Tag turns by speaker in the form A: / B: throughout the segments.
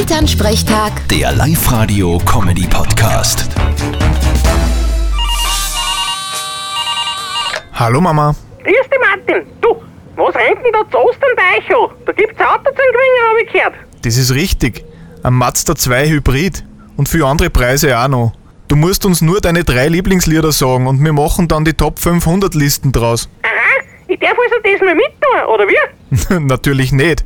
A: Elternsprechtag,
B: Der Live-Radio-Comedy-Podcast.
C: Hallo Mama.
D: Grüß dich, Martin. Du, was rennt denn da zu Ostern bei euch an? Da gibt's Auto zum Gewinnen, habe ich gehört.
C: Das ist richtig. Ein Mazda 2 Hybrid. Und viele andere Preise auch noch. Du musst uns nur deine drei Lieblingslieder sagen und wir machen dann die Top 500 Listen draus.
D: Aha, ich darf also das mal mit tun, oder wie?
C: Natürlich nicht.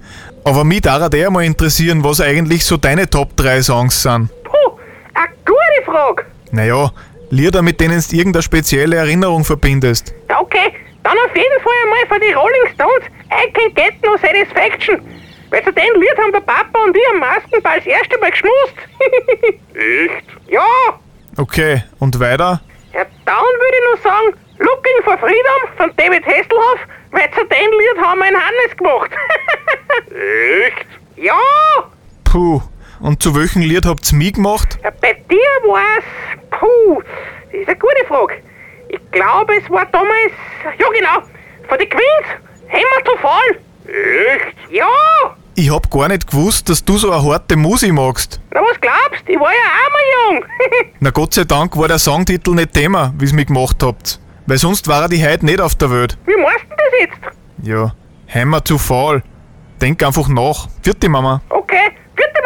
C: Aber mich darf der mal interessieren, was eigentlich so deine Top 3 Songs sind.
D: Puh, eine gute Frage.
C: Naja, Lieder, mit denen du irgendeine spezielle Erinnerung verbindest.
D: Ja, Okay, dann auf jeden Fall einmal von den Rolling Stones I Can Get No Satisfaction. Weil zu dem Lied haben der Papa und ich am meisten bald das erste Mal geschmust. Echt? Ja.
C: Okay, und weiter?
D: ja, dann würde ich noch sagen, Looking for Freedom von David Hasselhoff, weil zu dem Lied haben wir einen Hannes gemacht. Echt? Ja.
C: Puh. Und zu welchem Lied habt's mich gemacht?
D: Ja, Bei dir war es. Puh, das ist eine gute Frage. Ich glaube, es war damals. Ja, genau. Von den Queens. Hämmer zu voll. Echt? Ja.
C: Ich hab gar nicht gewusst, dass du so eine harte Musi magst.
D: Na, was glaubst? Ich war ja auch mal jung.
C: Na Gott sei Dank war der Songtitel nicht Thema, wie mir gemacht habt. Weil sonst war er die Heid nicht auf der Welt.
D: Wie machst du das jetzt?
C: Ja, Hammer zu faul. Denk einfach nach. Vierte Mama.
D: Okay. Bitte,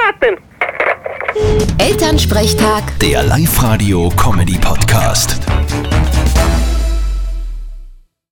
D: Martin.
A: Elternsprechtag.
B: Der Live-Radio-Comedy-Podcast.